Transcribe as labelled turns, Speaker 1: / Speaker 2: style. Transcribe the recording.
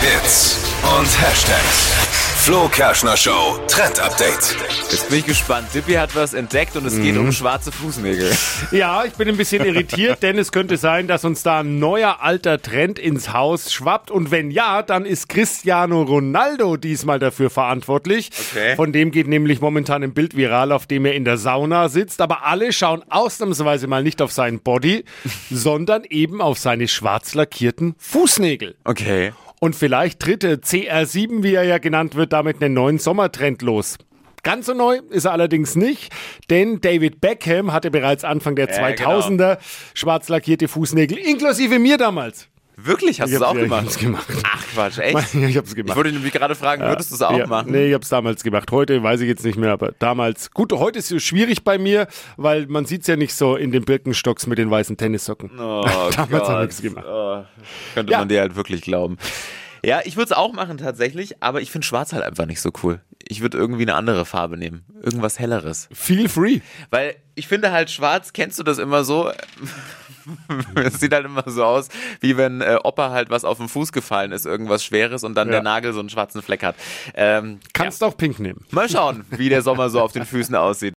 Speaker 1: Hits und Hashtags. Flo Kerschner Show Trend Update.
Speaker 2: Jetzt bin ich gespannt. Dippy hat was entdeckt und es geht
Speaker 3: Mhm.
Speaker 2: um schwarze Fußnägel.
Speaker 3: Ja, ich bin ein bisschen irritiert, denn es könnte sein, dass uns da ein neuer alter Trend ins Haus schwappt. Und wenn ja, dann ist Cristiano Ronaldo diesmal dafür verantwortlich.
Speaker 2: Okay.
Speaker 3: Von dem geht nämlich momentan ein Bild viral, auf dem er in der Sauna sitzt. Aber alle schauen ausnahmsweise mal nicht auf seinen Body, sondern eben auf seine schwarz lackierten Fußnägel.
Speaker 2: Okay.
Speaker 3: Und vielleicht äh, dritte CR7, wie er ja genannt wird, damit einen neuen Sommertrend los. Ganz so neu ist er allerdings nicht, denn David Beckham hatte bereits Anfang der
Speaker 2: Ja, genau.
Speaker 3: 2000er schwarz lackierte Fußnägel, inklusive mir damals.
Speaker 2: Wirklich? Hast du es auch
Speaker 3: ja, ich
Speaker 2: gemacht?
Speaker 3: hab's gemacht.
Speaker 2: Ach Quatsch, echt?
Speaker 3: Ja, ich hab's
Speaker 2: Ich
Speaker 3: gemacht.
Speaker 2: wollte nämlich gerade fragen, würdest du es auch
Speaker 3: ja,
Speaker 2: machen?
Speaker 3: Nee, ich hab's damals gemacht. Heute weiß ich jetzt nicht mehr, aber damals. Gut, heute ist es schwierig bei mir, weil man sieht's ja nicht so in den Birkenstocks mit den weißen Tennissocken.
Speaker 2: Oh,
Speaker 3: Damals
Speaker 2: Gott.
Speaker 3: hab ich's gemacht.
Speaker 2: Oh, könnte
Speaker 3: Ja.
Speaker 2: man dir halt wirklich glauben. Ja, ich würde es auch machen tatsächlich, aber ich finde schwarz halt einfach nicht so cool. Ich würde irgendwie eine andere Farbe nehmen. Irgendwas helleres.
Speaker 3: Feel free.
Speaker 2: Weil ich finde halt schwarz, kennst du das immer so? Es sieht halt immer so aus, wie wenn äh, Opa halt was auf den Fuß gefallen ist, irgendwas Schweres und dann
Speaker 3: Ja.
Speaker 2: der Nagel so einen schwarzen Fleck hat. Ähm,
Speaker 3: Kannst auch pink nehmen.
Speaker 2: mal schauen, wie der Sommer so auf den Füßen aussieht.